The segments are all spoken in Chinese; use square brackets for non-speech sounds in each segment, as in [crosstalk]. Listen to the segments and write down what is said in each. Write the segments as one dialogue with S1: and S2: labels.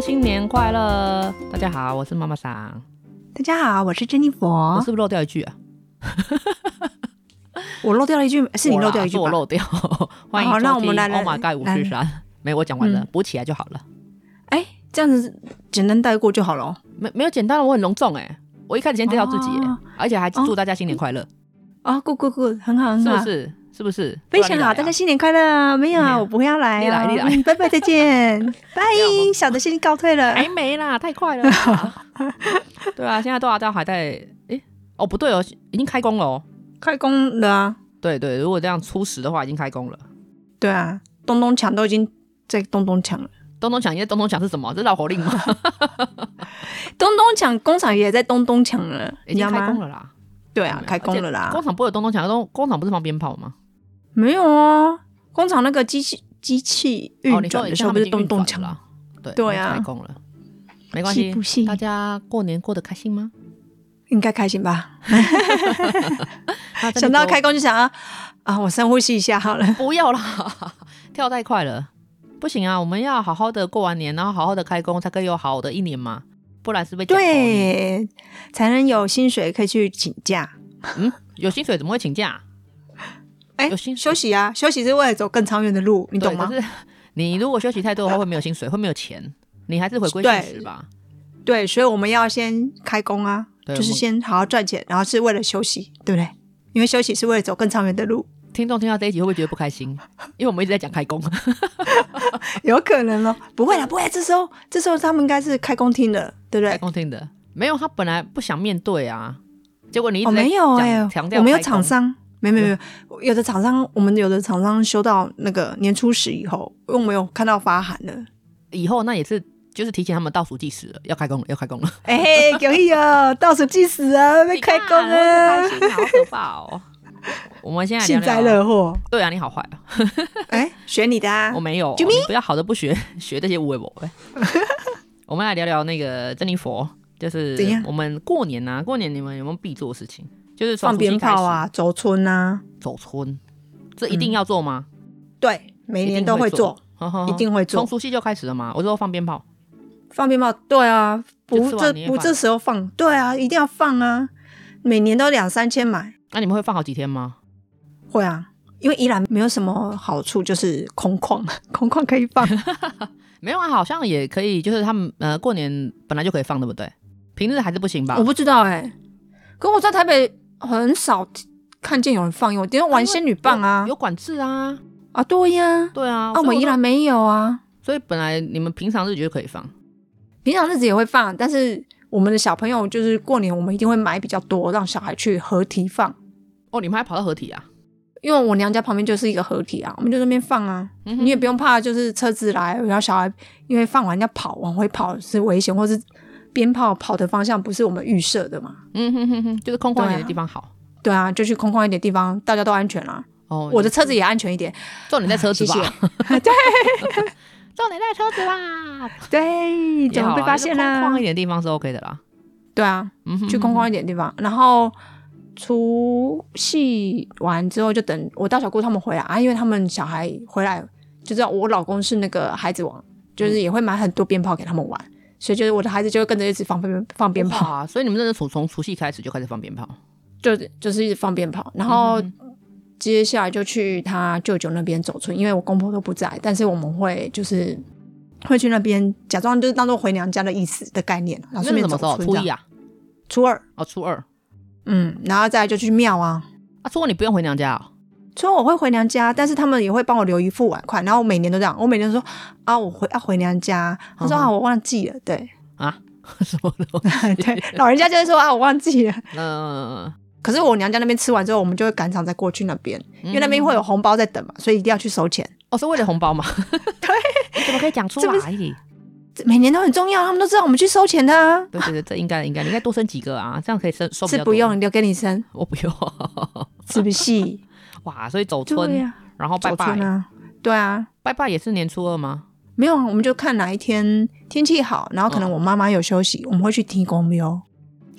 S1: 新年快乐！大家好，我是妈妈
S2: 啊
S1: 桑。
S2: 大家好，我是珍妮
S1: 我
S2: 佛
S1: 是。不是漏掉一句啊？
S2: 我漏掉了一句，是你
S1: 我啦
S2: 漏掉一句
S1: 是我
S2: 吧？哦
S1: 漏掉。 [laughs] 欢迎收
S2: 好
S1: 听。
S2: 那我们来来
S1: Oh my God，五
S2: 来嗯
S1: 十三。没，我讲完了，补起来就好了。
S2: 哎，这样子简单带过就好了哦。
S1: 没没有简单了，我很隆重哎。我一开始先介绍自己欸
S2: 哦，
S1: 而且还祝大家新年快乐，
S2: 啊，good good good，很好很
S1: 是
S2: 好，啊
S1: 不是？是不是？
S2: 非常好，
S1: 不然你来啊
S2: 大家新年快乐啊！没有
S1: 没
S2: 啊，
S1: 有
S2: 我不会要来啊，
S1: 你来你来
S2: 嗯拜拜，再 [laughs] 见，拜
S1: 没有我们，
S2: 小的先告退了。
S1: 还哎没啦，太快
S2: [laughs]
S1: 了啦。对啊，现在大家还在哎，哦不对哦，已经开工了哦。
S2: 开工了啊，
S1: 对对，如果这样初十的话，已经开工了。
S2: 对啊，东东墙都已经在东东墙了，
S1: 东东抢，因为东东抢是什么？这是绕口令吗？
S2: [laughs] 东东墙工厂也在东东墙了，
S1: 已
S2: 你
S1: 经
S2: 知道
S1: 开
S2: 吗
S1: 工？了啦。
S2: 对啊
S1: 没，有
S2: 开工了
S1: 嗯而且
S2: 啦
S1: 工。厂不会有东东墙，东工厂不是放鞭炮吗？
S2: 没有啊，工厂那个机器机器
S1: 哦，
S2: 运
S1: 你说
S2: 转
S1: 已
S2: 的时
S1: 经
S2: 候
S1: 他
S2: 不
S1: 们已经
S2: 是东
S1: 运转
S2: 东
S1: 了
S2: 墙
S1: 啦，对
S2: 对
S1: 他们
S2: 啊
S1: 开工了，没关系
S2: 是不。是
S1: 大家过年过得开心吗？
S2: 应该开心吧？
S1: [laughs] 那在
S2: 想
S1: 那
S2: 到
S1: 个
S2: 开工就想啊啊，我深呼吸一下好
S1: [laughs]
S2: 了。
S1: 不要啦，跳太快了，不行啊！我们要好好的过完年，然后好好的开工，才可以有好的一年嘛，不然是被讲头你
S2: 对，才能有薪水可以去请假。
S1: 嗯，有薪水怎么会请假？
S2: 哎
S1: 有薪水
S2: 休息啊，休息是为了走更长远的路，你
S1: 对
S2: 懂吗？
S1: 可是你如果休息太多的话，会没有薪水，会没有钱，你还是回归现
S2: 对
S1: 实吧。
S2: 对，所以我们要先开工啊，
S1: 对
S2: 就是
S1: 我们
S2: 先好好赚钱，然后是为了休息，对不对？因为休息是为了走更长远
S1: [laughs]
S2: 的路，
S1: 听众听到这一集会不会觉得不开心？因为我们一直在讲开工。
S2: 有可能哦。不会啦，不会啦，这时候这时候他们应该是开工听的，对不哦
S1: 开
S2: 对？
S1: 工听的，没有他本来不想面对啊，结果你一
S2: 哦，
S1: 直在
S2: 没有
S1: 讲
S2: 哎、
S1: 强调
S2: 我们有
S1: 开工嗯
S2: 厂，商，没没没，有的厂商，我们有的厂商休到那个年初十以后，因为我们有看到发函了。
S1: 以后那也是就是提前他们倒数计时了，要开工了，要开工了，
S2: 哎、嘿，恭喜哦，倒数计时啊，被开工
S1: 啊，我
S2: 啊
S1: 很，开心啊，好可怕哦！我们现在
S2: 幸
S1: 聊
S2: 灾
S1: 聊，
S2: 乐祸。
S1: 对啊，你好坏啊，
S2: 哎、选你的啊
S1: 我，没有，
S2: 啾咪
S1: 你不要好的不学， [laughs] 学这些无为我呗。我们来聊聊那个珍妮佛，就是
S2: 怎样
S1: 我们过年啊，过年你们有没有必做的事情？就是从
S2: 放
S1: 除夕
S2: 鞭炮
S1: 开
S2: 啊，走村啊，
S1: 始，走村，这一定要做吗？
S2: 对，每
S1: 一
S2: 年
S1: 定
S2: 都
S1: 会哦
S2: 做，，一定会
S1: 从
S2: 做。
S1: 除夕就开始了吗？我说放鞭炮。
S2: 放鞭炮，对啊，
S1: 就
S2: 不
S1: 吃完
S2: 这
S1: 年夜
S2: 不
S1: 饭
S2: 这时候放，对啊，一定要放啊，每年都两三千买，
S1: 那、你们会放好几天吗？
S2: 会啊。因为宜兰没有什么好处，就是空旷， [laughs] 空旷可以
S1: [laughs]
S2: 放。
S1: 没有啊，好像也可以，就是他们呃过年本来就可以放，对不对？平日还是不行吧啊
S2: 我？不知道哎、可我在台北很少看见有人放，因为我今天玩仙女棒啊
S1: 有，有管制啊，
S2: 啊，对呀、
S1: 对啊。
S2: 啊，
S1: 所
S2: 我
S1: 以
S2: 们宜
S1: 说
S2: 兰没有啊。
S1: 所以本来你们平常日就可以放，
S2: 平常日子也会放，但是我们的小朋友就是过年，我们一定会买比较多，让小孩去合体放。
S1: 哦，你们还跑到合体啊？
S2: 因为我娘家旁边就是一个合体啊，我们就在那边放啊，
S1: 嗯哼
S2: 你也不用怕，就是车子来，然后小孩因为放完要跑，往回跑是危险，或是鞭炮跑的方向不是我们预设的嘛。
S1: 嗯哼哼哼，就是空旷一点
S2: 对
S1: 的
S2: 啊
S1: 地方好。
S2: 对啊，就去空旷一点地方，大家都安全啦、
S1: 哦，
S2: 我的车子也安全一点，
S1: 重点在车子
S2: 谢
S1: 吧，
S2: 谢。
S1: 重点在车子啦，
S2: [laughs] 对，
S1: 也
S2: [laughs] 怎
S1: 好
S2: 么被
S1: 啦
S2: 发现
S1: 就是空
S2: 啦
S1: 旷一？点的地方是 OK 的啦。
S2: 对啊，
S1: 嗯哼，
S2: 去空旷一点的地方，然后除夕完之后就等我大小姑他们回来啊，因为他们小孩回来，就知道我老公是那个孩子王，就是也会买很多鞭炮给他们玩，所以就是我的孩子就会跟着一直放鞭放鞭炮，
S1: 啊！所以你们真的从从除夕开始就开始放鞭炮。
S2: 就就是一直放鞭炮，然后接下来就去他舅舅那边走村，因为我公婆都不在，但是我们会就是。会去那边假装就是当做回娘家的意思的概念，
S1: 那
S2: 然后顺
S1: 是
S2: 便
S1: 什么时候？
S2: 走村
S1: 初
S2: 这
S1: 一
S2: 样。
S1: 啊？
S2: 初二，
S1: 哦，初二
S2: 嗯，然后再来就去庙啊，
S1: 啊？初二你不用回娘家哦。 [laughs]
S2: 所以我会回娘家，但是他们也会帮我留一副碗筷，然后我每年都这样，我每年都说啊，我回要、回娘家，他说
S1: 嗯哼
S2: 啊，我忘记了，对 [laughs]
S1: 啊？什么东西？
S2: 对，老人家就会说啊，我忘记了。
S1: 嗯，
S2: 可是我娘家那边吃完之后，我们就会赶场再过去那边，因
S1: 因
S2: 为那边会有红包在等嘛，所以一定要去收钱，
S1: 哦，是为了红包嘛？对，怎么可以讲出
S2: 这不
S1: 来？
S2: 这每年都很重要，他们都知道我们去收钱的、啊，
S1: 对对对，这应该应该，你应该多生几个啊，这样可以生收比
S2: 是
S1: 较
S2: 不
S1: 多，
S2: 用留给你生，
S1: 我不用。
S2: 是不是？
S1: [laughs] 哇，所以走
S2: 对
S1: 村，
S2: 呀、
S1: 然后拜
S2: 走
S1: 拜
S2: 村，啊，对啊。
S1: 拜拜也是年初二吗？
S2: 没有啊，我们就看哪一天天气好，然后可
S1: 嗯
S2: 能我妈妈有休息，我们会去提公庙。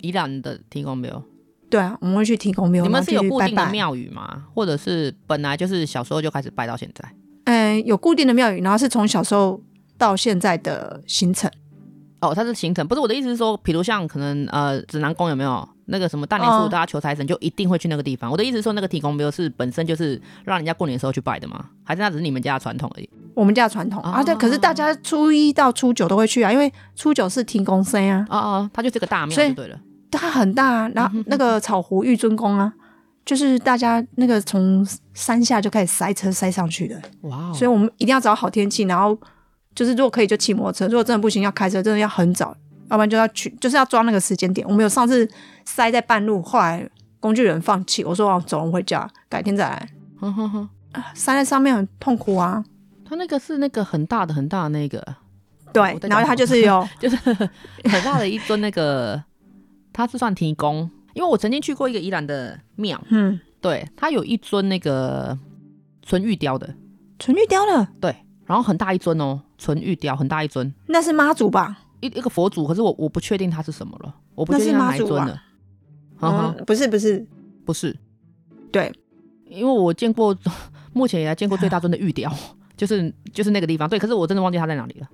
S1: 宜兰的提供庙，
S2: 对啊，我们会去提公庙。
S1: 你们
S2: 然后
S1: 是
S2: 就
S1: 有
S2: 去
S1: 固
S2: 拜
S1: 定的
S2: 拜
S1: 庙宇吗？或者是本来就是小时候就开始拜到现在？
S2: 嗯，有固定的庙宇，然后是从小时候到现在的行程。
S1: 哦，它是行程，不是我的意思是说，比如像可能呃指南宫有没有那个什么大年初五
S2: 哦
S1: 大家求财神，就一定会去那个地方。我的意思是说，那个提供庙是本身就是让人家过年的时候去拜的吗？还是那只是你们家的传统而已？
S2: 我们家的传统、
S1: 哦
S2: 啊，对，可是大家初一到初九都会去啊，因为初九是停公生啊，
S1: 哦哦，它就是个大庙
S2: 所以
S1: 就对了。
S2: 它很大啊，然后
S1: 嗯
S2: 那个草湖玉尊宫啊，就是大家那个从山下就开始塞车塞上去的，
S1: 哇哦，
S2: 所以我们一定要找好天气，然后就是如果可以就骑摩托车，如果真的不行要开车，真的要很早，要不然就要去，就是要抓那个时间点。我们有上次塞在半路，后来工具人放弃，我说哦，走，我回家，改天再来。
S1: 哼哼哼，
S2: 塞在上面很痛苦啊，
S1: 它那个是那个很大的很大的那
S2: [laughs]
S1: 个，
S2: 对
S1: 我，在讲
S2: 然后它就是 [laughs] 有
S1: 就是很大的一尊那个，它是算提供，因为我曾经去过一个宜兰的庙，
S2: 嗯
S1: 对，它有一尊那个纯玉雕的，
S2: 纯玉雕了，
S1: 对，然后很大一尊哦，纯玉雕很大一尊，
S2: 那是妈祖吧？
S1: 一一个佛祖，可是我我不确定它是什么了，我不
S2: 那
S1: 确
S2: 是
S1: 定它
S2: 妈
S1: 哪一
S2: 祖
S1: 尊
S2: 吧
S1: 了，嗯哼，
S2: 嗯，不是不是，
S1: 不是，
S2: 对，
S1: 因为我见过， [laughs] 目前以来见过最大尊的玉雕， [laughs] 就是就是那个地方，对，可是我真的忘记它在哪里了。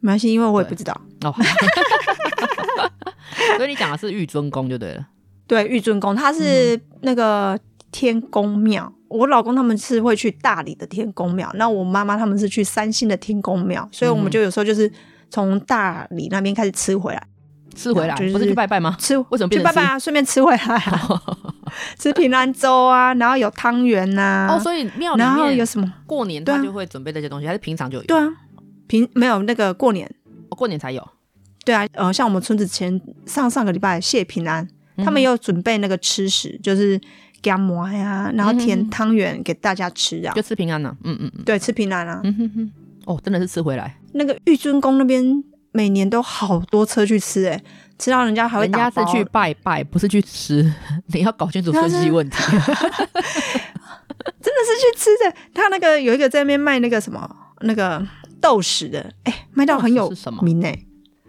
S2: 没关系，因为我也
S1: 对
S2: 不知道。
S1: 哦， [laughs] 所以你讲的是玉尊宫就对了。
S2: 对，玉尊宫，它是那个天宫庙。我老公他们是会去大理的天宫庙，那我妈妈他们是去三星的天宫庙，所以我
S1: 嗯
S2: 们
S1: 哼
S2: 就有时候就是从大理那边开始吃回来，
S1: 吃回来、
S2: 就是
S1: 不是去拜拜吗？
S2: 吃
S1: 为什么
S2: 去
S1: 变
S2: 拜
S1: 成吃
S2: 拜啊，顺便吃回来啊、 [laughs] 吃平安粥啊，然后有汤圆呐、
S1: 哦，所以庙里
S2: 啊然后有
S1: 面
S2: 什么？
S1: 过年
S2: 对
S1: 他
S2: 啊
S1: 就会准备这些东西，还是平常就有？
S2: 对啊，平没有那个过年，
S1: 哦过年才有。
S2: 对啊，呃，像我们村子前上上个礼拜谢平安，他
S1: 嗯
S2: 们也有准备那个吃食，就是干馍呀，然后
S1: 嗯
S2: 甜
S1: 哼
S2: 汤圆给大家吃啊
S1: 就，吃平安了、嗯嗯嗯
S2: 对，吃平安啊。
S1: 嗯哼哼。哦，真的是吃回来，
S2: 那个玉尊宫那边每年都好多车去吃、欸，哎，吃到人家还会
S1: 人
S2: 打
S1: 家
S2: 包
S1: 是去拜拜，不是去吃。 [laughs] 你要搞清楚分析问题。 [laughs]
S2: 真的是去吃的。他那个有一个在那边卖那个什么那个豆豉的，哎、卖到很有
S1: 豆豉是什么
S2: 名哎、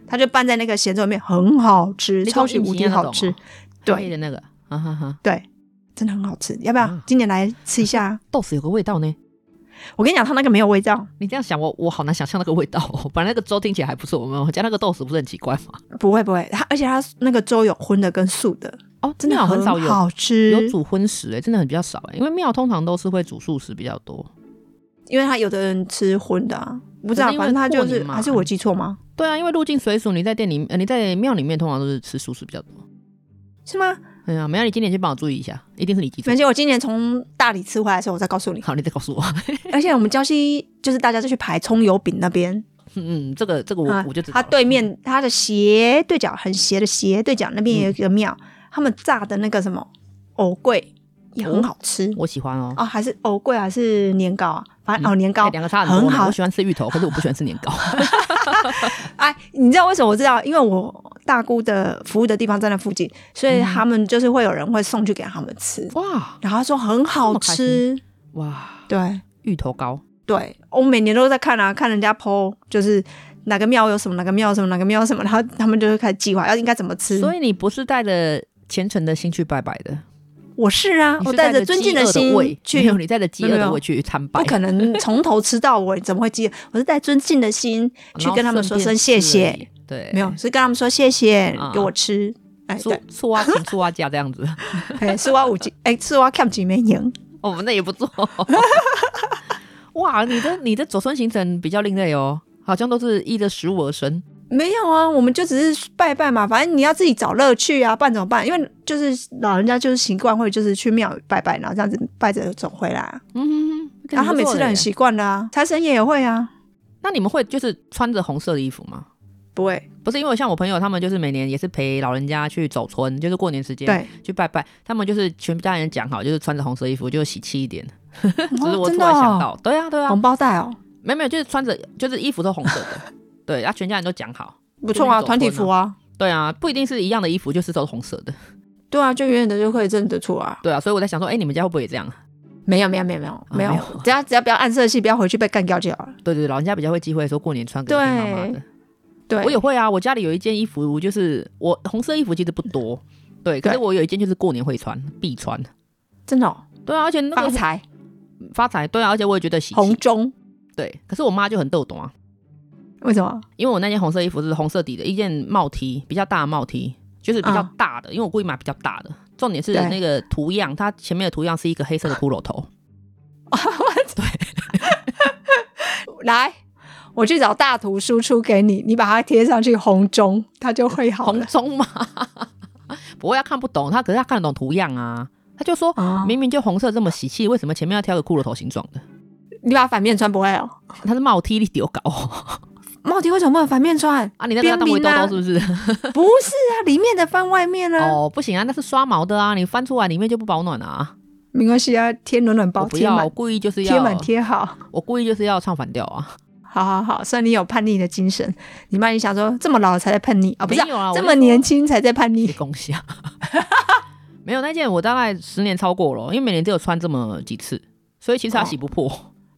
S2: 他就拌在那个咸粥里面，很好吃，
S1: 你
S2: 超
S1: 说
S2: 级
S1: 印
S2: 无
S1: 尼
S2: 敌
S1: 那
S2: 好
S1: 种
S2: 吃
S1: 哦，黑
S2: 对
S1: 的那个，啊哈哈，
S2: 对，真的很好吃。要不要
S1: 啊
S2: 今年来吃一下？
S1: 豆豉有个味道呢。
S2: 我跟你讲，他那个没有味道，
S1: 你这样想，我我好难想象那个味道、 [laughs] 哦。本来那个粥听起来还不错，我们加那个豆豉不是很奇怪吗？
S2: 不会不会，它而且它那个粥有荤的跟素的，
S1: 哦，
S2: 真的
S1: 庙很
S2: 很
S1: 少有
S2: 好吃。
S1: 有煮荤食哎、真的很比较少哎、因为庙通常都是会煮素食比较多。
S2: 因为他有的人吃荤的、啊，我不知道
S1: 可是，因为
S2: 反正他就
S1: 过
S2: 是
S1: 年嘛
S2: 还是我记错吗？
S1: 对啊，因为入境水煮，你在店里，呃，你在庙里面通常都是吃素食比较多。
S2: 是吗？
S1: 哎呀，没有，你今年去帮我注意一下，一定是你记错
S2: 没。关系，我今年从大理吃回来的时候，我再告
S1: [laughs]
S2: 诉你。
S1: 好，你再告诉我。
S2: 而且我们礁溪就是大家就去排葱油饼那边，
S1: 嗯，嗯，这个这个我、
S2: 啊
S1: 我就知道
S2: 它
S1: 了。
S2: 对面它的斜对角很斜的斜对角那边也有一个
S1: 嗯
S2: 庙，他们炸的那个什么藕桂也很好吃
S1: 我喜欢哦。
S2: 哦，还是藕桂还是年糕啊？反正、哦年
S1: 哎
S2: 糕
S1: 两、个差很多
S2: 很
S1: 呢。
S2: 好
S1: 我喜欢吃芋头，可是我不喜欢吃年
S2: [laughs]
S1: 糕。
S2: 哎，你知道为什么？我知道，因为我大姑的服务的地方在那附
S1: 嗯
S2: 近，所以他们就是会有人会送去给他们吃，
S1: 哇
S2: 然后他说很
S1: 这
S2: 好
S1: 么开
S2: 吃，
S1: 哇，
S2: 对。
S1: 芋头糕，
S2: 对，我每年都在看啊，看人家 PO，就是哪个庙有什么，哪个庙有什么，哪个庙有什么，然后他们就会开始计划要应该怎么吃。
S1: 所
S2: 以
S1: 以你不是带着虔诚的心去拜拜的，
S2: 我是啊，
S1: 你
S2: 哦我
S1: 是
S2: 带
S1: 带
S2: 着尊敬
S1: 的
S2: 心
S1: 胃没有
S2: 去，
S1: 你带着饥饿
S2: 没
S1: 的
S2: 有
S1: 胃去参拜
S2: 不。可能从头吃到尾，怎么会记？我是带尊敬的心去跟他们说声谢谢，。
S1: 对，
S2: 没有是跟他们说谢谢
S1: 啊，
S2: 给我吃。哎，
S1: 醋
S2: 对，
S1: 醋啊，请醋啊加这样子。
S2: [laughs] 哎，是我五斤，哎，是我看几枚赢。 [laughs]
S1: 我们那也不错。 [laughs] 哇，你的你的走村行程比较另类哦，好像都是依着食物而生。
S2: 没有啊，我们就只是拜拜嘛，反正你要自己找乐趣啊，办怎么办？因为就是老人家就是习惯会就是去庙宇拜拜，然后这样子拜着走回来啊。
S1: 嗯，
S2: 然后他们也吃的很习惯的啊，财神爷也会啊，
S1: 那你们会就是穿着红色的衣服吗？
S2: 不会，
S1: 不是，因为像我朋友他们就是每年也是陪老人家去走村，就是过年时间
S2: 对，
S1: 去拜拜，他们就是全家人讲好，就是穿着红色衣服就喜气一点。只是
S2: 哦
S1: 我突
S2: 真的
S1: 然想
S2: 哦，
S1: 到，对啊对啊
S2: 红，包袋哦，
S1: 没有没有，就是穿着就是衣服都红色
S2: [laughs]
S1: 的，对，啊，全家人都讲好，
S2: 不错啊，
S1: 就那
S2: 团
S1: 种
S2: 体服啊，
S1: 对啊，不一定是一样的衣服，就是都是红色的，
S2: 对啊，就远远的就可以认得出啊。
S1: 对啊，所以我在想说，哎、你们家会不会也这样？
S2: 没有没有没有没有没
S1: 没
S2: 有
S1: 有，
S2: 只要只要不要暗色系，不要回去被干掉就好了。
S1: 对对，老人家比较会忌讳说过年穿给
S2: 对
S1: 妈妈的。
S2: 对，
S1: 我也会啊，我家里有一件衣服，就是我红色衣服其实不多，对，可是
S2: 对
S1: 我有一件就是过年会穿，必穿。
S2: 真的哦
S1: 对啊，而且那
S2: 发
S1: 个
S2: 财
S1: 发财，对啊，而且我也觉得喜气
S2: 红中
S1: 对，可是我妈就很逗懂啊，
S2: 为什么？
S1: 因为我那件红色衣服是红色底的一件帽 T，比较大的帽 T，就是比较
S2: 嗯
S1: 大的，因为我故意买比较大的。重点是
S2: 对
S1: 那个图样，它前面的图样是一个黑色的骷髅头。
S2: 来，我去找大图输出给你，你把它贴上去红中，它就会好
S1: 红
S2: 了。
S1: 中嘛， [laughs] 不过他看不懂，他可是他看得懂图样啊。他就说，
S2: 啊、
S1: 明明就红色这么喜气，为什么前面要挑个骷髅头形状的？
S2: 你把它反面穿不会哦？
S1: 他是帽 T 你丢搞 [laughs]
S2: 帽 T 为什么不能反面穿？ [laughs]
S1: 啊？你那个要当围兜兜是不是？
S2: 不是啊，里面的翻外面啊，
S1: 哦，不行啊，那是刷毛的啊，你翻出来里面就不保暖啊。
S2: 没关系啊，贴暖暖
S1: 我
S2: 包，
S1: 不
S2: 贴
S1: 要，我
S2: 满，
S1: 故意就是
S2: 贴满
S1: 要，
S2: 贴好。
S1: 我故意就是要唱反调
S2: [laughs]
S1: 啊。
S2: 好好好，算你有叛逆的精神。你妈，你想说这么老了才在叛逆啊、不是啊、
S1: 没有啊我
S2: 这
S1: 就
S2: 么
S1: 说
S2: 年轻才在叛
S1: 你
S2: 逆。
S1: 恭喜啊！ [laughs] 没有那件我大概十年超过了，因为每年只有穿这么几次，所以其实它洗不破。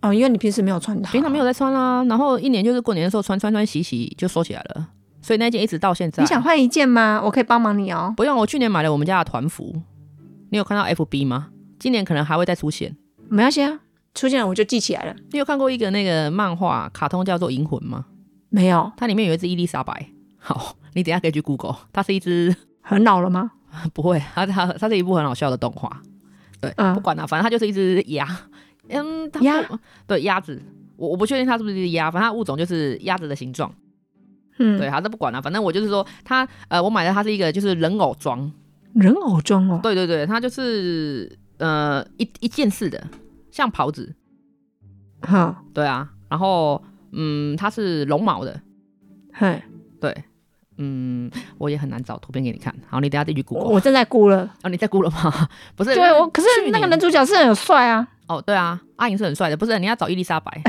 S2: 哦，因为你平时没有穿它，
S1: 平常没
S2: 有。
S1: 有在穿啦、然后一年就是过年的时候穿穿穿洗洗就收起来了，所以那件一直到现在。
S2: 你想换一件吗？我可以帮忙你哦。
S1: 不用，我去年买了我们家的团服，你有看到 FB 吗？今年可能还会再出现。
S2: 没关系啊，出现了我就记起来了。
S1: 你有看过一个那个漫画卡通叫做《银魂》吗？
S2: 没有，
S1: 它里面有一只伊丽莎白。好，你等一下可以去 Google，它是一只
S2: 很老了吗？
S1: 不会，它它它是一部很好笑的动画。对，
S2: 嗯
S1: 不管了、反正它就是一只鸭。嗯，它不
S2: 鸭
S1: 对鸭子，我我不确定它是不是一只鸭，反正它物种就是鸭子的形状。
S2: 嗯，
S1: 对，，啊好，这不管了、反正我就是说，它呃，我买的它是一个就是人偶装，
S2: 人偶装哦。
S1: 对对对，它就是呃一一件式的，像袍子，
S2: 哈，
S1: 对啊，然后嗯，它是绒毛的，
S2: 嘿，
S1: 对，嗯，我也很难找图片给你看，好，你等一下自己去
S2: 我
S1: Google，
S2: 我正在估了。
S1: 哦，你在 Google 吗？ [laughs] 不是，
S2: 对，我可是
S1: 去
S2: 那个
S1: 年
S2: 男主角是很有帅啊。
S1: 哦，对啊，阿颖是很帅的，不是，你要找伊丽莎
S2: [laughs]
S1: 白，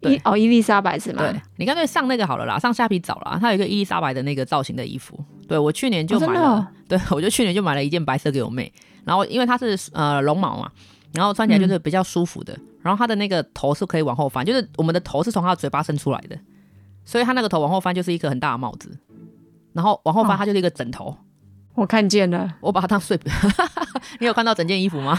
S1: 对
S2: 伊哦，伊丽莎白是吗？
S1: 对，你干脆上那个好了啦，上虾皮找啦，它有一个伊丽莎白的那个造型的衣服，对我去年就
S2: 哦真
S1: 买
S2: 的
S1: 了，
S2: 哦
S1: 对 [laughs] 我就去年就买了一件白色给我妹，然后因为它是呃绒毛嘛，然后穿起来
S2: 嗯
S1: 就是比较舒服的，然后它的那个头是可以往后翻，就是我们的头是从它的嘴巴伸出来的，所以它那个头往后翻就是一个很大的帽子，然后往后翻
S2: 哦
S1: 它就是一个枕头，
S2: 我看见 [laughs] 了。
S1: 我把它当睡， [laughs] 你有看到整件衣服吗？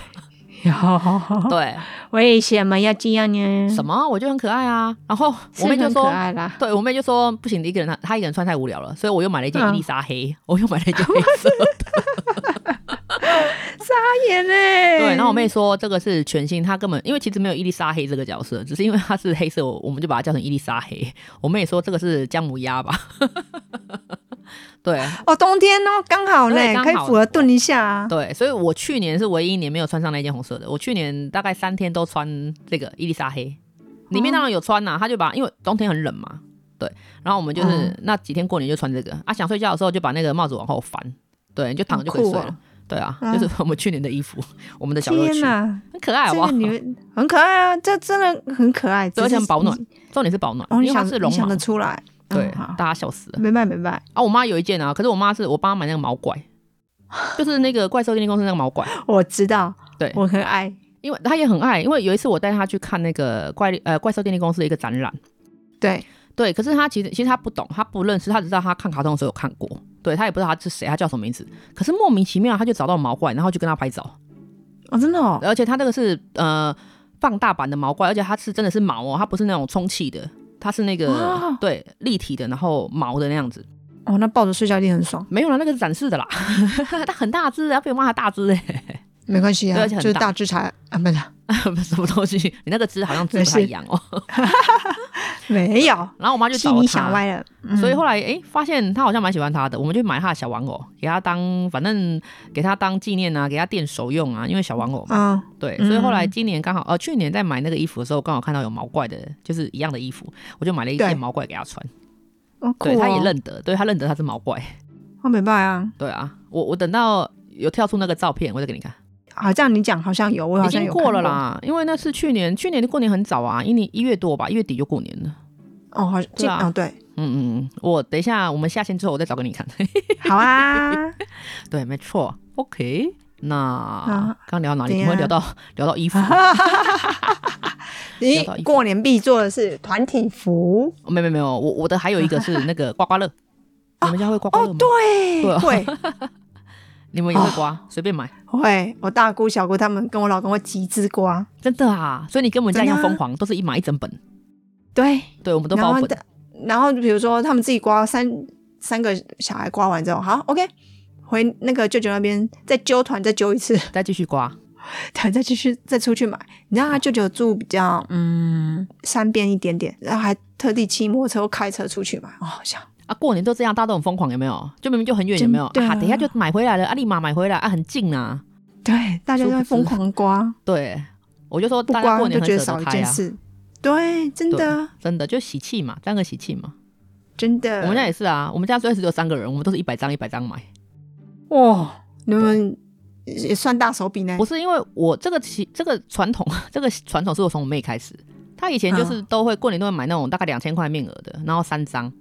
S2: 有，哦
S1: 对，
S2: 为什么要这样呢？
S1: 什么我觉得很可爱啊，然后我妹就
S2: 嗯是很可
S1: 说。
S2: 爱啦。
S1: 对我妹就说不行，一个人她她一个人穿太无聊了，所以我又买了一件
S2: 嗯
S1: 伊丽莎黑，我又买了一件黑
S2: [laughs]
S1: 色。
S2: 眼嘞。
S1: 对，然后我妹说这个是全新，她根本因为其实没有伊丽莎黑这个角色，只是因为她是黑色，我我们就把它叫成伊丽莎黑。我妹也说这个是姜母鸭吧？ [laughs] 对
S2: 哦，冬天哦，刚好呢
S1: 对，刚好
S2: 可以符合炖一下啊。
S1: 对，所以我去年是唯一一年没有穿上那件红色的，我去年大概三天都穿这个伊丽莎黑，里
S2: 哦
S1: 面当然有穿啦、她就把因为冬天很冷嘛。对，然后我们就是
S2: 嗯
S1: 那几天过年就穿这个啊，想睡觉的时候就把那个帽子往后翻，对，你就躺着就可以
S2: 很
S1: 睡
S2: 酷哦
S1: 了。对啊，
S2: 嗯
S1: 就是我们去年的衣服，我们的小乐
S2: 天
S1: 趣，
S2: 哪，
S1: 很可爱好
S2: 这
S1: 不好
S2: 个？你们很可爱啊，这真的很可爱，
S1: 对而且
S2: 只是
S1: 很保暖。重点是保暖，
S2: 哦，
S1: 因
S2: 你
S1: 为它
S2: 想
S1: 是
S2: 你
S1: 绒
S2: 想
S1: 毛
S2: 得，出来？
S1: 对
S2: 嗯，好，
S1: 大家笑死了
S2: 明白明白。
S1: 啊！我妈有一件啊，可是我妈是我帮她买那个毛怪，
S2: [laughs]
S1: 就是那个怪兽电力公司那个毛怪，
S2: 我知道，
S1: 对
S2: 我很爱。
S1: 因为她也很爱，因为有一次我带她去看那个怪力呃怪兽电力公司的一个展览，
S2: 对，
S1: 对，可是她其实其实她不懂，她不认识，她只知道她看卡通的时候有看过，对她也不知道她是谁，她叫什么名字，可是莫名其妙她就找到毛怪，然后就跟她拍照，
S2: 哦，真的哦，
S1: 而且它那个是呃放大版的毛怪，而且它是真的是毛哦，它不是那种充气的，它是那个、
S2: 哇
S1: 对立体的，然后毛的那样子。
S2: 哦，那抱着睡觉一定很爽，
S1: 没有啦，那个是展示的 [laughs] 啦，它很大只，它比我妈还大只哎、
S2: 没关系啊，
S1: 对而且
S2: 就
S1: 很
S2: 是
S1: 大
S2: 大制裁啊，不是，
S1: [laughs] 什么东西？你那个只好像只不太一样哦。
S2: 没有，
S1: [laughs] 然后我妈就找
S2: 是你想
S1: 它。
S2: 歪了。嗯
S1: 所以后来哎、诶发现她好像蛮喜欢它的，我们就买她的小玩偶，给她当反正给她当纪念啊，给她垫手用啊，因为小玩偶嘛。
S2: 嗯，
S1: 对，
S2: 嗯
S1: 所以后来今年刚好，呃，去年在买那个衣服的时候，刚好看到有毛怪的，就是一样的衣服，我就买了一
S2: 对
S1: 件毛怪给她穿。
S2: 哦，酷
S1: 对，
S2: 哦
S1: 他也，认得，对他认得他是毛怪。
S2: 哦，没办法啊，
S1: 对啊，我我等到有跳出那个照片，我再给你看。
S2: 好像你讲好像有，我
S1: 已
S2: 好像
S1: 经
S2: 有
S1: 过了
S2: 看
S1: 啦，因为那是去年，去年的过年很早啊，一年一月多吧，一月底就过年了。
S2: 过。哦，好，
S1: 对啊
S2: 哦，对，
S1: 嗯嗯嗯，我等一下我们下线之后我再找给你看。 [laughs]
S2: 好啊，
S1: 对，没错。OK，那
S2: 啊
S1: 刚聊到哪里？
S2: 怎
S1: 我们
S2: 样
S1: 聊到聊到衣
S2: 啊
S1: 服，
S2: 你
S1: 到衣服
S2: 过年必做的是团体服
S1: 哦没没没有，我我的还有一个是那个刮刮
S2: [laughs]
S1: 乐，你们家会刮刮乐
S2: 哦
S1: 吗？，
S2: 对哦
S1: 对啊 [laughs]
S2: 会
S1: 你们也会刮，随便买。
S2: 会，我大姑小姑他们跟我老公会集资瓜，
S1: 真的啊，所以你跟我们家一样
S2: 真的啊
S1: 疯狂，都是一买一整本。
S2: 对，
S1: 对，我们都
S2: 然
S1: 包
S2: 后
S1: 本。
S2: 的然后比如说他们自己刮三三个小孩刮完之后，好，OK，回那个舅舅那边再揪团再揪一次，
S1: 再继续刮，
S2: 团再继续再出去买。你知道他舅舅住比较嗯山边一点点，然后还特地骑摩托车或开车出去买。哦，好像
S1: 啊，过年都这样，大家都很疯狂，有没有？就明明就很远，有
S2: 真
S1: 没有？
S2: 的
S1: 啊，等一下就买回来了，啊，立马买回来，啊，很近啊。
S2: 对，大家都在疯狂刮，
S1: 对，我就说
S2: 不
S1: 大家
S2: 刮
S1: 过
S2: 就
S1: 年
S2: 觉
S1: 很舍
S2: 得少
S1: 得
S2: 一
S1: 开
S2: 件
S1: 啊，
S2: 事。对，真的
S1: 真的就喜气嘛，沾个喜气嘛。
S2: 真的。
S1: 我们家也是啊，我们家最开始只有三个人，我们都是一百张一百张买。
S2: 哇、你们也算大手笔呢
S1: 不。是因为我这个习这个传统， [laughs] 这个传统是我从我妹开始，她以前就是都会过年都会买那种大概两千块面额的，然后三张，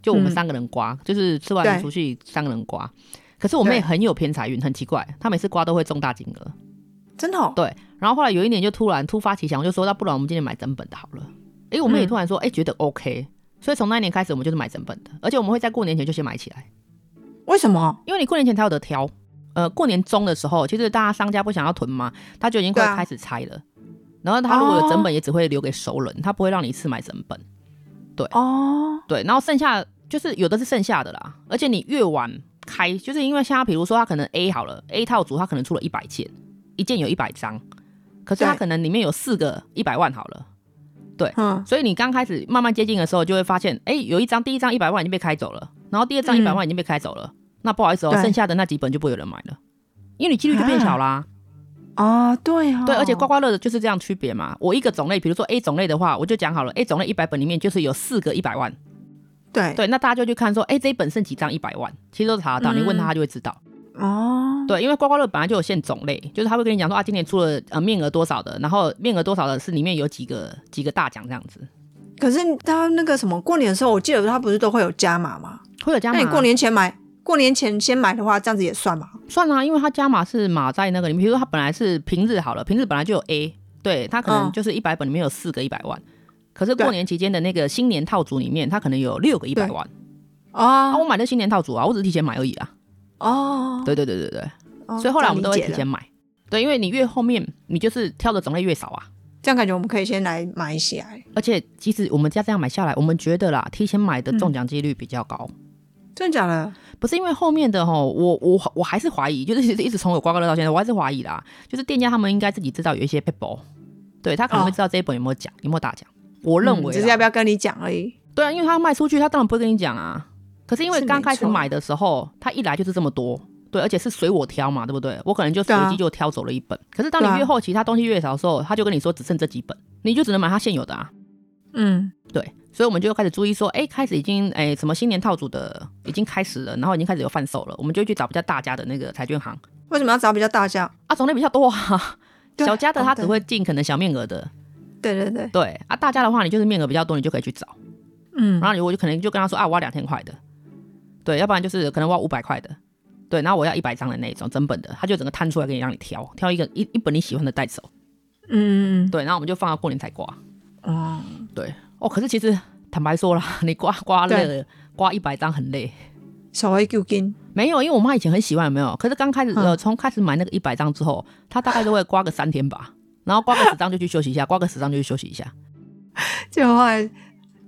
S1: 就我们
S2: 嗯
S1: 三个人刮，就是吃完
S2: 对
S1: 除夕三个人刮。可是我妹
S2: 对
S1: 很有偏财运，很奇怪，她每次刮都会中大金额。
S2: 真的、哦，
S1: 对，然后后来有一年就突然突发奇想，我就说那不然我们今年买整本的好了。诶，我妹也
S2: 嗯
S1: 突然说，诶，觉得 OK，所以从那一年开始我们就是买整本的，而且我们会在过年前就先买起来。
S2: 为什么？
S1: 因为你过年前才有得挑。呃，过年中的时候，其实大家商家不想要囤嘛，他就已经快
S2: 对啊
S1: 开始拆了。然后他如果有整
S2: 哦
S1: 本，也只会留给熟人，他不会让你一次买整本。
S2: 哦，
S1: 对，然后剩下就是有的是剩下的啦，而且你越晚开，就是因为像他比如说他可能 A 好了，A 套组他可能出了一百件，一件有一百张，可是他
S2: 对
S1: 可能里面有四个一百万好了。
S2: 嗯，
S1: 所以你刚开始慢慢接近的时候，就会发现，哎、有一张第一张一百万已经被开走了，然后第二张一百万已经被开走了，那不好意思哦，
S2: 嗯对
S1: 剩下的那几本就不会有人买了，因为你几率就变小
S2: 啊
S1: 啦。
S2: 哦，对哦，
S1: 对，而且刮刮乐的就是这样区别嘛。我一个种类，比如说 A 种类的话，我就讲好了，A 种类一百本里面就是有四个一百万，
S2: 对
S1: 对，那大家就去看说，哎、这一本剩几张一百万，其实都查得到，
S2: 嗯
S1: 你问他他就会知道。
S2: 哦，
S1: 对，因为刮刮乐本来就有限种类，就是他会跟你讲说啊，今年出了呃面额多少的，然后面额多少的是里面有几个几个大奖这样子，
S2: 可是他那个什么过年的时候，我记得他不是都会有加码吗？
S1: 会有加码
S2: 那
S1: 啊。
S2: 你过年前买，过年前先买的话，这样子也算吗？
S1: 算啦、因为他加码是码在那个里面，比如说他本来是平日好了，平日本来就有 A，对他可能
S2: 嗯
S1: 就是一百本里面有四个一百万，可是过
S2: 对
S1: 年期间的那个新年套组里面，他可能有六个一百万。啊，
S2: 哦
S1: 我买的新年套组啊，我只是提前买而已啊。
S2: 哦，
S1: 对对对对对，
S2: 哦
S1: 所以后来我们
S2: 这
S1: 都
S2: 样
S1: 会
S2: 理解
S1: 提前
S2: 了
S1: 买。对，因为你越后面，你就是挑的种类越少啊。
S2: 这样感觉我们可以先来买一些，哎
S1: 而且其实我们家这样买下来，我们觉得啦，提前买的中奖几率比较高。
S2: 真的假的？
S1: 不是因为后面的哈，我我我还是怀疑， [laughs] 就是一直从我刮刮乐到现在，我还是怀疑啦。就是店家他们应该自己知道有一些 people，对他可能会
S2: 哦
S1: 知道这一本有没有奖，有没有大奖。我认为
S2: 嗯只
S1: 啦、
S2: 是要不要跟你讲而已。
S1: 对啊，因为他卖出去，他当然不会跟你讲啊。可是因为
S2: 是没
S1: 刚开始
S2: 错
S1: 买的时候，他一来就是这么多，对，而且是随我挑嘛，对不对？我可能就随
S2: 对啊
S1: 机就挑走了一本。可是当
S2: 对
S1: 你
S2: 啊
S1: 越后期，他东西越少的时候，他就跟你说只剩这几本，你就只能买他现有的啊。
S2: 嗯，
S1: 对，所以我们就开始注意说，哎，开始已经哎什么新年套组的已经开始了，然后已经开始有贩售了，我们就去找比较大家的那个彩券行
S2: 为什么要找比较大家？
S1: 啊，种类比较多啊。
S2: 对
S1: 小家的他
S2: 哦对
S1: 只会进可能小面额的，
S2: 对对对，
S1: 对啊，大家的话你就是面额比较多，你就可以去找。
S2: 嗯
S1: 然，后你我就可能就跟他说啊，我要两千块的，对，要不然就是可能我要五百块的，对，然后我要一百张的那种整本的，他就整个摊出来给你让你挑，挑一个一一本你喜欢的带走，
S2: 嗯嗯
S1: 对，然后我们就放到过年才刮。
S2: 嗯，哦，
S1: 哦，可是其实坦白说啦，你刮刮乐
S2: 对
S1: 刮一百张很累。
S2: 手黑揪筋，
S1: 没有，因为我妈以前很喜欢，有没有？可是刚开始、
S2: 嗯
S1: 呃，从开始买那个一百张之后，她大概都会刮个三天
S2: [laughs]
S1: 吧，然后刮个十张就去休息一下，刮个十张就去休息一下。
S2: 结果后来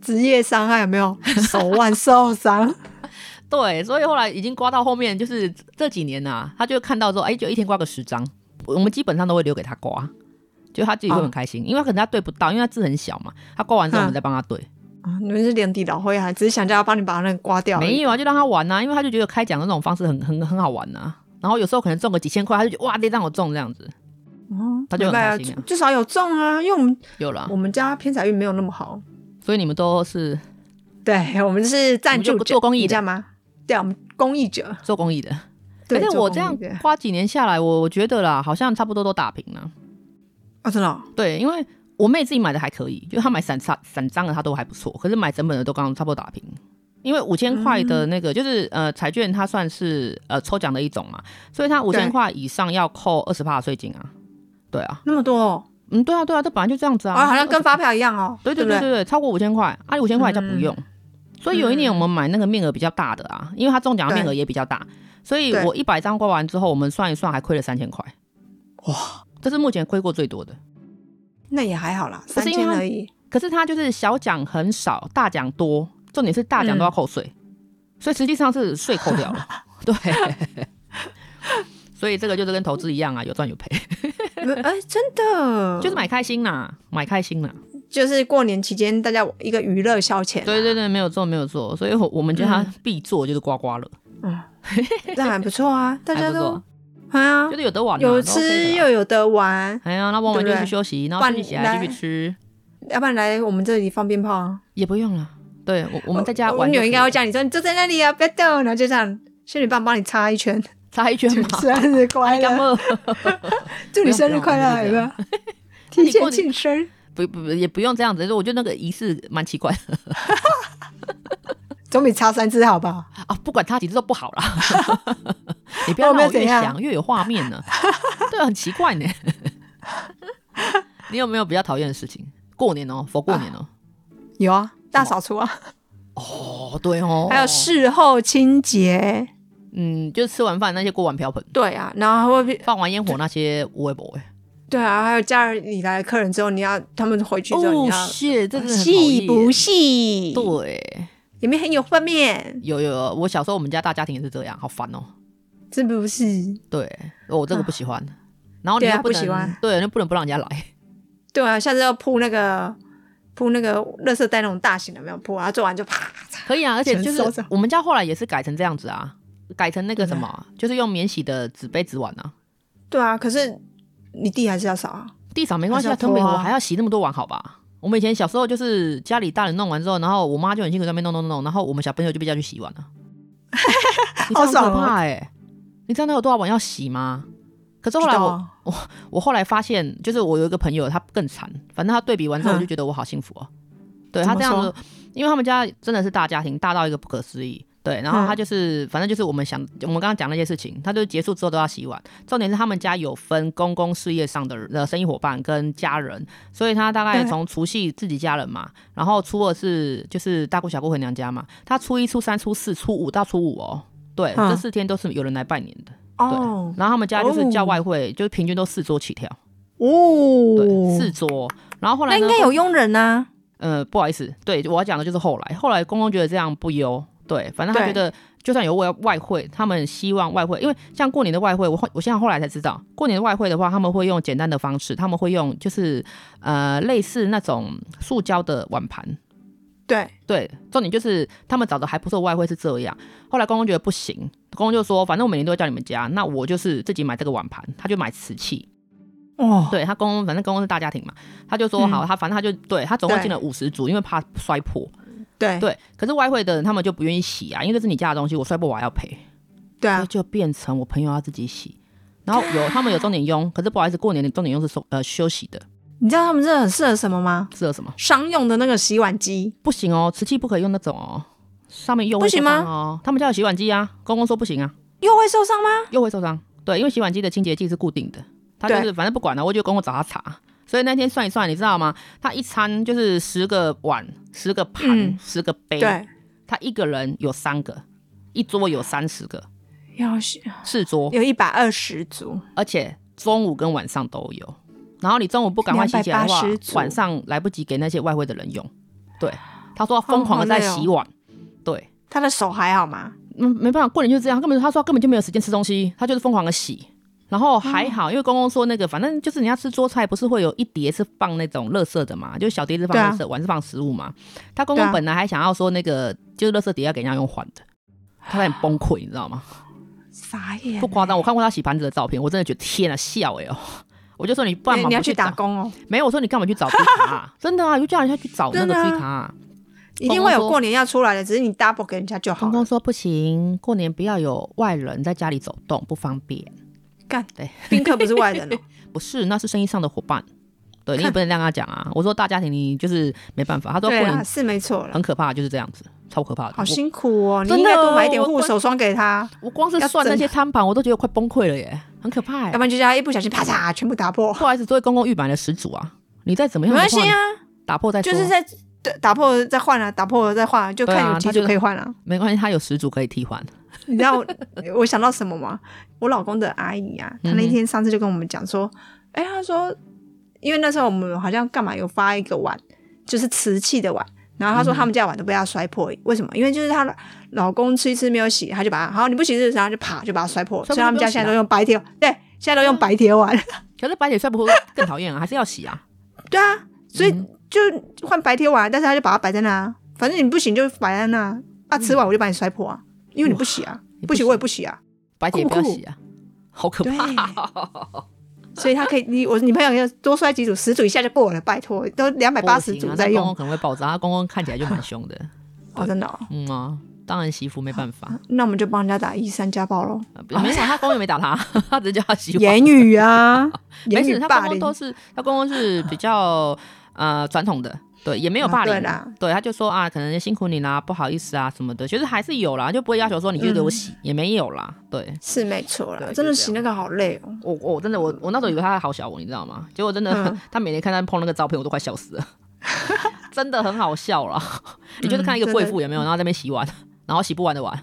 S2: 职业伤害有没有？手腕受伤， [laughs]
S1: 对，所以后来已经刮到后面，就是这几年啊，她就看到说，哎，就一天刮个十张，我们基本上都会留给她刮，就她自己会很开心，因为可能她对不到，因为她字很小嘛，她刮完之后我们
S2: 嗯
S1: 再帮她对。
S2: 啊你们是连底老灰啊，只是想叫他帮你把那个刮掉而已。
S1: 没有啊，就让她玩呐、因为她就觉得开奖的那种方式很很很好玩呐、啊然后有时候可能中个几千块，她就觉得哇，得让我中这样子，
S2: 哦，
S1: 他就很
S2: 明白
S1: 开
S2: 啊
S1: 心啊
S2: 至至少有中啊，因为我们、
S1: 有了
S2: 我。们家偏财运没有那么好，
S1: 所以你们都是
S2: 对我们是赞
S1: 我
S2: 助
S1: 们就不
S2: 者
S1: 做公益的
S2: 你知道吗？对啊，我们公益者。
S1: 做公益的。
S2: 对，
S1: 可是
S2: 做
S1: 哎我
S2: 公益
S1: 这样
S2: 的
S1: 花几年下来，我我觉得啦，好像差不多都打平了。
S2: 哦，真的哦
S1: 对，因为我妹自己买的还可以，就她买散散散张的她都还不错，可是买整本的都刚刚差不多打平。因为五千块的
S2: 嗯
S1: 那个、就是呃彩券，它算是呃抽奖的一种嘛，所以它五千
S2: 对
S1: 块以上要扣二十的税金啊。对啊，
S2: 那么多哦，
S1: 嗯，对啊，对啊，这本来就这样子啊。
S2: 啊，好像跟
S1: 20
S2: 发票一样哦。
S1: 对啊
S2: 对嗯
S1: 对对
S2: 不
S1: 对对，超过五千块，啊，五千块人家不用。所以有一
S2: 嗯
S1: 年我们买那个面额比较大的啊，因为它中奖的面额也比较大，所以
S2: 对
S1: 我一百张刮完之后，我们算一算还亏了三千块。哇，这是目前亏过最多的。
S2: 那也还好啦，
S1: 可
S2: 三
S1: 是因为
S2: 千
S1: 他
S2: 而已。
S1: 可是它就是小奖很少，大奖多，重点是大奖都
S2: 嗯
S1: 要扣税，所以实际上是税扣掉
S2: [laughs]
S1: 了。对，所以这个就是跟投资一样啊，有赚有赔， [laughs]
S2: 哎，真的，
S1: 就是买开心啦，买开心啦。
S2: 就是过年期间大家一个娱乐消遣、啊
S1: 对对对，没有做没有做，所以我我们觉得
S2: 嗯
S1: 他必做就是刮刮乐，
S2: 啊对，这还不错啊，
S1: [laughs]
S2: 大
S1: 还
S2: 家
S1: 不
S2: 都
S1: 错，
S2: 哎呀
S1: 就，是有得玩、啊，
S2: 有
S1: 都 OK
S2: 吃
S1: 的啦。
S2: 又有得玩，
S1: 哎呀，那玩完就
S2: 对不
S1: 去
S2: 对
S1: 休息，然后
S2: 换
S1: 休息起来继
S2: 来
S1: 续吃，
S2: 要不然来我们这里放鞭炮啊。
S1: 也不用了。对我我们在家
S2: 我
S1: 玩
S2: 女
S1: 就
S2: 儿
S1: 可以
S2: 应
S1: 了，
S2: 该会叫你说你坐在那里啊，不要动，然后就这样，仙女棒帮你擦一
S1: [laughs]
S2: 圈，
S1: 擦一圈嘛，
S2: 生日快
S1: 啊干
S2: 乐，
S1: 嘛？
S2: 祝你生日快乐，有
S1: 不用不
S2: 没
S1: 用
S2: 有？提
S1: [laughs] 你过
S2: 前
S1: 年
S2: 庆生，
S1: [laughs] 不不不也不用这样子，就是我觉得那个仪式蛮奇怪的 [laughs]
S2: 总比擦三次好吧？
S1: 啊，不管他几次都不好啦。 [laughs] 你不要
S2: 我们
S1: 让我越
S2: 怎样
S1: 想越有画面
S2: [laughs]
S1: 呢，对，啊很奇怪呢。 [laughs] 你有没有比较讨厌的事情？过年哦，佛过年哦，
S2: 有啊，大扫除啊，
S1: 哦对哦，
S2: 还有事后清洁，
S1: 嗯，就是吃完饭那些锅碗瓢盆，
S2: 对啊，然后会
S1: 放完烟火那些无微不哎微。
S2: 对啊，还有家里来的客人之后，你要他们回去之后，
S1: 哦，
S2: 你要
S1: 谢，这是
S2: 细不细？
S1: 对，
S2: 有没有很有画面？
S1: 有有，有我小时候我们家大家庭也是这样，好烦哦。
S2: 是不是？
S1: 对，哦我这个不喜欢。然后你
S2: 对啊
S1: 又不
S2: 不
S1: 能
S2: 喜欢，
S1: 对，又不能不让人家来。 [laughs]
S2: 对啊，下次要铺那个铺那个垃圾袋那种大型的，没有铺，然后做完就啪。
S1: 可以啊，而且就
S2: 全收
S1: 是
S2: 走
S1: 我们家后来也是改成这样子啊，改成那个什
S2: 啊
S1: 么，就是用免洗的纸杯纸碗啊。
S2: 对啊，可是你地还是要扫啊。
S1: 地扫没关系啊，
S2: 还是要
S1: 藤本
S2: 拖啊
S1: 我还要洗那么多碗，好吧？我们以前小时候就是家里大人弄完之后，然后我妈就很辛苦在那边弄弄弄，然后我们小朋友就被叫去洗碗了。啊
S2: [laughs]
S1: 你这样
S2: 好
S1: 可
S2: 爽哦
S1: 怕哎、你知道那有多少碗要洗吗？可是后来
S2: 知道
S1: 我
S2: 啊
S1: 我后来发现，就是我有一个朋友，他更惨，反正他对比完之后，
S2: 嗯
S1: 我就觉得我好幸福哦、对
S2: 怎
S1: 他
S2: 么
S1: 这样子，因为他们家真的是大家庭，大到一个不可思议。对，然后他就是，反正就是我们想，我们刚刚讲那些事情，他就结束之后都要洗碗。重点是他们家有分公公事业上的人呃生意伙伴跟家人，所以他大概
S2: 对
S1: 从除夕自己家人嘛，然后初二是就是大姑小姑回娘家嘛，他初一、初三、初四、初五到初五哦，对，
S2: 嗯
S1: 这四天都是有人来拜年的。
S2: 哦
S1: 然后他们家就是
S2: 哦
S1: 叫外汇，就是平均都四桌起跳，对，
S2: 哦
S1: 四，桌。然后后
S2: 那
S1: 来
S2: 应
S1: 呢？
S2: 该有佣人啊呐、
S1: 呃，不好意思，对我要讲的就是后来，后来公公觉得这样不优，对，反正他
S2: 对
S1: 觉得就算有外外汇，他们希望外汇，因为像过年的外汇，我后我现在后来才知道，过年的外汇的话，他们会用简单的方式，他们会用就是呃类似那种塑胶的碗盘，
S2: 对，
S1: 对，重点就是他们找的还不错的外汇是这样。后来公公觉得不行，公公就说，反正我每年都会叫你们家，那我就是自己买这个碗盘，他就买瓷器。
S2: 哦，
S1: 对他公公，反正公公是大家庭嘛，他就说
S2: 嗯
S1: 好，他反正他就对他总共
S2: 对
S1: 进了五十组，因为怕摔破。
S2: 对
S1: 对，可是外汇的人他们就不愿意洗啊，因为这是你家的东西，我摔破我还要赔，所
S2: 对
S1: 以
S2: 啊，
S1: 就变成我朋友要自己洗。然后有他们有钟点佣，可是不好意思，过年的钟点佣是收呃休息的，
S2: 你知道他们这很适合什么吗？
S1: 适合什么？
S2: 商用的那个洗碗机，
S1: 不行哦，瓷器不可以用那种哦，上面又
S2: 不行吗
S1: 哦，他们家有洗碗机啊，公公说不行啊，
S2: 又会受伤吗？
S1: 又会受伤。对，因为洗碗机的清洁剂是固定的，他就
S2: 对
S1: 是反正不管了，我就公公找他查。所以那天算一算，你知道吗？他一餐就是十个碗、十个盘、
S2: 嗯
S1: 十个杯，
S2: 对，
S1: 他一个人有三个，一桌有三十个，
S2: 要洗
S1: 四桌，
S2: 有一百二十组，
S1: 而且中午跟晚上都有。然后你中午不赶快洗起来的话
S2: 280，组
S1: 晚上来不及给那些外汇的人用。对，他说疯狂的在
S2: 哦
S1: 洗碗。对，
S2: 他的手还好吗？
S1: 嗯，没办法，过年就是这样。他根本他说他根本就没有时间吃东西，他就是疯狂的洗。然后还
S2: 嗯
S1: 好，因为公公说那个，反正就是人家吃桌菜，不是会有一碟是放那种垃圾的嘛，就是小碟子放
S2: 对啊
S1: 垃圾，碗是放食物嘛。他公
S2: 对
S1: 公
S2: 啊
S1: 本来还想要说那个就是垃圾碟要给人家用换的，他有点崩溃，你知道吗？
S2: 傻眼
S1: 不，夸张，我看过他洗盘子的照片，我真的觉得天啊，笑哎、哦！我就说你不然
S2: 你
S1: 忙
S2: 你要
S1: 不去
S2: 去打
S1: 找，
S2: 工哦，
S1: 没有我说你干嘛去找低卡、
S2: [laughs]
S1: 啊？真的啊，就叫人家去找那个
S2: 真的啊
S1: 低卡、啊。
S2: 一定会有过年要出来的，只是你 double 给人家就好
S1: 公
S2: 了
S1: 公。说不行，过年不要有外人在家里走动，不方便。
S2: 干
S1: 对，
S2: 宾客不是
S1: [laughs]
S2: 外人哦，
S1: 不是，那是生意上的伙伴，
S2: [laughs]
S1: 对你也
S2: 看
S1: 不能这样跟他讲啊。我说大家庭你就是没办法，他说过
S2: 对啊，
S1: 年
S2: 是没错了
S1: 很。可怕，就是这样子，超可怕的。
S2: 好辛苦哦，你
S1: 真
S2: 应
S1: 的
S2: 该多买一点
S1: 我
S2: 护手霜给他，
S1: 我我光是
S2: 要
S1: 算那
S2: 整
S1: 些摊盘，我都觉得快崩溃了耶，很可怕耶
S2: 要不。然就叫他一不小心啪
S1: 哎
S2: 嚓全部打破。
S1: 不好意思，作为公共预版的始祖啊，你再怎么
S2: 没
S1: 样的
S2: 关系
S1: 话，
S2: 啊，
S1: 打破再说，
S2: 就是在对打破了再换啊，打破了再换啊，就
S1: 对啊
S2: 看有几
S1: 他就
S2: 组
S1: 是
S2: 可以换啊。
S1: 没关系，他有始祖可以替换。
S2: 你知道 [laughs] 我我想到什么吗？我老公的阿姨啊，
S1: 嗯
S2: 她那天上次就跟我们讲说，哎、她说，因为那时候我们好像干嘛有发一个碗，就是瓷器的碗，然后
S1: 嗯
S2: 她说他们家碗都被她摔破，为什么？因为就是她老公吃一吃没有洗，她就把它好你不洗是不是然后就啪就把它摔破，
S1: 摔破
S2: 所以他们
S1: 就不
S2: 家
S1: 用洗啊
S2: 现在
S1: 了
S2: 都用白铁，对，现在都用白铁碗。
S1: [laughs] 可是白铁摔不破更讨厌啊，还是要洗啊。
S2: 对啊，所以
S1: 嗯
S2: 就换白天碗，但是他就把它摆在那啊，反正你不行就摆在那啊，啊吃完我就把你摔破啊，因为你不洗啊，
S1: 嗯你
S2: 不洗我也不洗啊，
S1: 白铁不要
S2: 酷酷
S1: 洗啊，好可怕哦、
S2: 所以他可以，你我女朋友要多摔几组，十组以下就过了，拜托，都两百
S1: 不行啊
S2: 八十组
S1: 那
S2: 在
S1: 公
S2: 用
S1: 公，可能会爆炸，他公公看起来就蛮凶的。
S2: 哦，真的、哦，
S1: 嗯啊，当然媳妇没办
S2: [laughs]
S1: 法，
S2: 那我们就帮人家打一三家暴喽，
S1: 呃没想到他公公也没打 [laughs] 他，他只是叫他媳妇。
S2: 言语 [laughs] 啊，
S1: 没
S2: 言
S1: 事，
S2: 语
S1: 他
S2: 霸
S1: 公公
S2: 凌，
S1: 都是他公公是比较呃传统的，对，也没有霸凌、
S2: 啊对啦
S1: 对，他就说啊，可能辛苦你啦，不好意思啊什么的，其实还是有啦，就不会要求说你就给我
S2: 嗯
S1: 洗，也没有啦。对
S2: 是没错啦
S1: 对，
S2: 真的
S1: 就这
S2: 洗那个好累哦，
S1: 我我真的我我那时候以为他好小我，你知道吗？结果真的、
S2: 嗯
S1: [laughs] 他每天看他碰那个照片，我都快笑
S2: [laughs]
S1: 死了，真的很好笑啦。你就是看一
S2: 嗯
S1: 个贵妇有没有，然后在那边洗碗，然后洗不完的碗，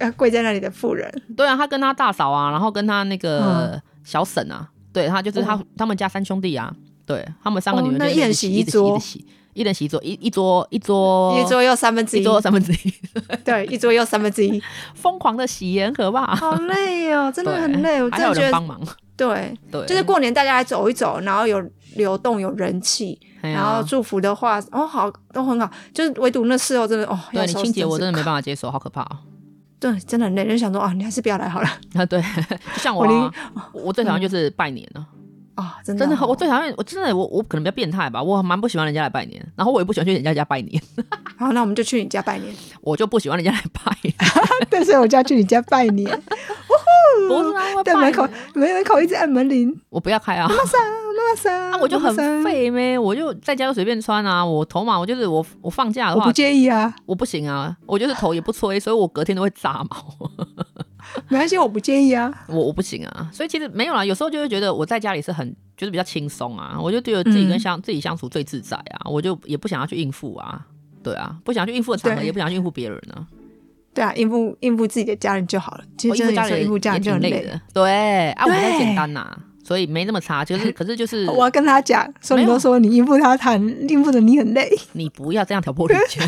S2: 要跪在那里的妇人，
S1: 对啊，他跟他大嫂啊，然后跟他那
S2: 嗯
S1: 个小婶啊，对他就是他、他们家三兄弟啊，对他们三个
S2: 哦
S1: 女人就
S2: 那
S1: 直
S2: 一人
S1: 洗
S2: 洗
S1: 一
S2: 一
S1: 直洗
S2: 桌
S1: 一直洗，一人洗一桌，一一桌一桌
S2: 一桌又三分之
S1: 一
S2: 哦一，
S1: 桌三分之一，
S2: [laughs] 对，一桌又三分之 [laughs] 一，
S1: 疯狂的洗，很可怕，
S2: 好累哦，真的
S1: 对
S2: 很累，我
S1: 还
S2: 真
S1: 要有
S2: 的觉
S1: 人
S2: 得
S1: 帮忙，
S2: 对。
S1: 对，
S2: 就是过年大家来走一走，然后有流动有人气，
S1: 哎呀，
S2: 然后祝福的话，哦好都很好，就是唯独那事哦真的哦，
S1: 对
S2: 要
S1: 你
S2: 收
S1: 清洁我真的没
S2: 法，
S1: 办法接受，好可怕哦。
S2: 对，真的很累，就想说啊你还是不要来好
S1: [laughs]
S2: 了
S1: 啊， [laughs] 对，就像我、
S2: 我
S1: 啊
S2: 连，
S1: 我我最讨厌就是拜年了、
S2: 啊，真的
S1: 真的，
S2: 哦
S1: 我最讨厌，我真的，我我可能比较变态吧，我蛮不喜欢人家来拜年，然后我也不喜欢去人家家拜年， [laughs]
S2: 好，那我们就去你家拜年，
S1: 我就不喜欢人家来拜，
S2: [laughs] 对，所以我就要去你家拜
S1: [laughs]
S2: 年，
S1: 不是啊，会
S2: 在
S1: 拜
S2: 门口
S1: 年
S2: 门口一直按门铃，
S1: 我不要开啊。
S2: 妈妈桑，
S1: 啊，我就
S2: 妈妈
S1: 很
S2: 桑，
S1: 废咩，我就在家就随便穿啊，我头嘛，我就是我我放假的
S2: 我
S1: 话
S2: 不，介意啊，
S1: 我不行啊，我就是头也不吹，所以我隔天都会炸毛， [laughs]
S2: 没关系，我不介意啊，
S1: 我我不行啊，所以其实没有啦，有时候就会觉得我在家里是很就是比较轻松啊，我就觉得自
S2: 嗯
S1: 己跟相、自己相处最自在啊，我就也不想要去应付啊，对啊，不想去应付的场合，
S2: 对
S1: 也不想去应付别人啊，
S2: 对啊，应付应付自己的家人就好了，其
S1: 我
S2: 实
S1: 哦应
S2: 真
S1: 付
S2: 的
S1: 家
S2: 有时候
S1: 里
S2: 应付家
S1: 也
S2: 人就
S1: 挺
S2: 很
S1: 累
S2: 累。
S1: 的，对，啊，我比较
S2: 对
S1: 简单呐、所以没那么差，
S2: [laughs]
S1: 就是可是就是
S2: 我要跟他讲，说
S1: 嗯没
S2: 你
S1: 有
S2: 都说你应付他，他很应付的你很累。
S1: 你不要这样挑拨离
S2: [laughs]
S1: 间。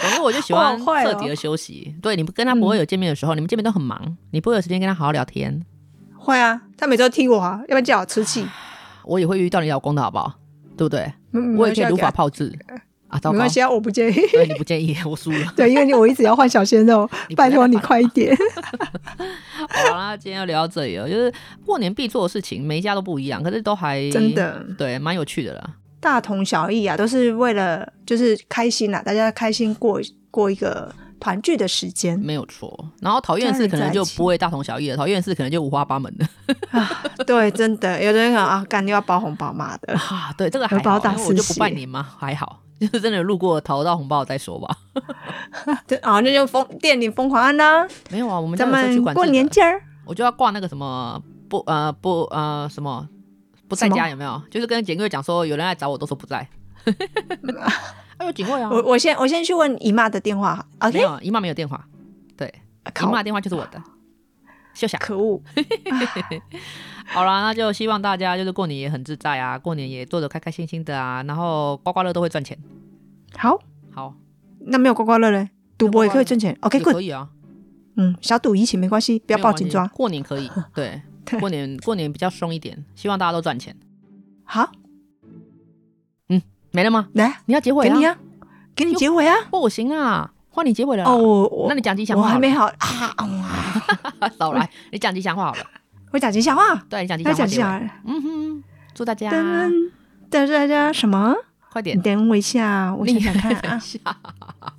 S1: 总之，我就喜欢
S2: 我好坏
S1: 彻
S2: 哦嗯
S1: 底的休息。对，你不跟他不会有见面的时候，你们见面都很忙，你不会有时间跟他好好聊天。
S2: 会啊，他每周踢我啊，要不然叫我出气。
S1: 我也会遇到你老公的好不好？对不对？
S2: 嗯
S1: [laughs] 我也可以如，
S2: 没关系
S1: 法
S2: 要
S1: 炮制啊！
S2: 给
S1: 糟
S2: 他没
S1: 糕 [laughs]
S2: 关，系啊，我不介意。 [laughs]
S1: 对你不介意，我输了。 [laughs]
S2: 对，因为你我一直要换小鲜肉
S1: 你，不要
S2: 拜托
S1: 再
S2: 你
S1: 换
S2: 快一
S1: [laughs]
S2: 点。
S1: 好啦，今天就聊到这里了。就是过年必做的事情，每一家都不一样，可是都还
S2: 真的
S1: 对，蛮有趣的啦。
S2: 大同小异啊，都是为了就是开心啊啦、大家开心过过一个团聚的
S1: [laughs]
S2: 时间
S1: 没有错。然后讨厌的事可能就不会大同小异了，讨厌的事可能就五花八门的
S2: 啊。对，真的，有的人讲啊，干又要包红包嘛的，
S1: 啊。对，这个还
S2: 荷包
S1: 好，
S2: 大
S1: 因为我就
S2: 失
S1: 不
S2: 血
S1: 拜年嘛，还好。 [laughs] 就是真的有路过讨到红包再说吧。
S2: [laughs]
S1: [laughs]
S2: 对啊，那就疯店里疯狂按啦、
S1: 没有啊，我们家
S2: 咱
S1: 有社区
S2: 们
S1: 管制
S2: 过
S1: 的
S2: 年，劲儿
S1: 我就要挂那个什么不呃不呃什么不在
S2: 什
S1: 家
S2: 么
S1: 有没有？就是跟警卫讲说有人来找我，都说不在。 [laughs] 哎呦，警卫啊，
S2: 我我先我先去问姨妈的电话好
S1: 没
S2: ，OK？
S1: 有姨妈没有电话，对，姨
S2: 靠
S1: 妈的电话就是我的。休想！
S2: 可恶，
S1: 好啦，那就希望大家就是过年也很自在啊，过年也做得开开心心的啊，然后刮刮乐都会赚钱。
S2: 好，
S1: 好，
S2: 那没有刮刮乐嘞，赌博也可以赚钱
S1: 也
S2: ，OK？Good，
S1: 可以啊，
S2: 嗯，小赌怡情没关系，不
S1: 不
S2: 要报警抓。
S1: 啊过年可
S2: [laughs]
S1: 以，对，
S2: 对
S1: 过年过年比较凶一点，希望大家都赚钱。啊
S2: 好，
S1: 没了吗？
S2: 来
S1: 你要结尾
S2: 给
S1: 啊？
S2: 你啊，给你结尾啊。
S1: 不行啊，换你结尾了啦。
S2: 哦，我我
S1: 那你讲吉祥
S2: 我
S1: 话好了，
S2: 还没好啊，哇
S1: [laughs] 少
S2: [laughs]
S1: 来，你讲吉祥话好了。
S2: 我讲吉祥话，
S1: 对，你讲吉
S2: 要
S1: 祥话
S2: 讲
S1: 结
S2: 吉
S1: 尾。
S2: 祥话。
S1: 嗯哼，祝大家
S2: 噔噔，但是大家什么？
S1: 快
S2: 你
S1: 点， [laughs]
S2: 等我一下，我想想看啊。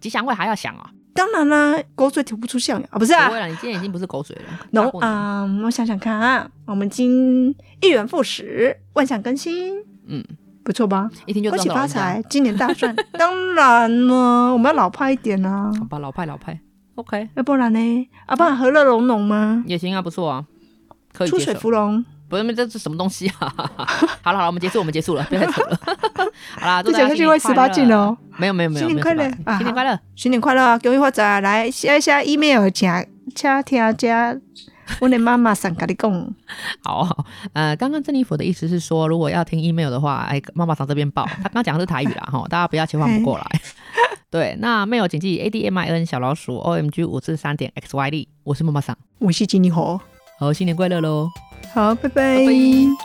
S1: 吉祥会还要
S2: [laughs]
S1: 想哦。
S2: 当然啦，狗嘴吐不出象牙啊，不是
S1: 不
S2: 啊
S1: 会。了，你今天已经不是狗嘴了。
S2: 然
S1: 大
S2: 后
S1: 过年，
S2: 啊，我想想看啊，我们今一元复始，万象更新，
S1: 嗯，
S2: 不错吧？
S1: 一听就
S2: 恭
S1: 知
S2: 喜
S1: 道老
S2: 发
S1: 人家。
S2: 财，今年大赚。当然了，我们要老派一点啊，
S1: 好吧，老派老派，OK
S2: 要不然呢？啊，不然和乐融融吗？
S1: 也行啊，不错啊，可以
S2: 出
S1: 接
S2: 水
S1: 受。
S2: 芙蓉，
S1: 不是，这是什么东西啊？ [laughs] 好了好了，我们结束，我们结束了，不要再扯了。 [laughs] 好啦，祝
S2: 这
S1: 大家
S2: 讲下
S1: 新
S2: 去
S1: 年
S2: 会十八
S1: 快乐
S2: 禁。哦。
S1: 没有没有没有，
S2: 新年
S1: 没有
S2: 快乐
S1: 18禁
S2: 啊
S1: 新年快乐。
S2: 新年快乐啊！恭喜发财！来写一下 email，请请听加我的妈妈想跟你讲，
S1: 好好，呃，刚刚珍妮佛的意思是说，如果要听 email 的话，哎，妈妈从这边 [laughs] 报。他刚刚讲的是台语啦，哈，大家不要切换不过来。
S2: 哎
S1: 对，那没有谨记 A D M I N 小老鼠 O M G 五四三点 X Y D，我是妈妈桑，
S2: 我是金妮猴，
S1: 好，新年快乐喽！
S2: 好，拜
S1: 拜拜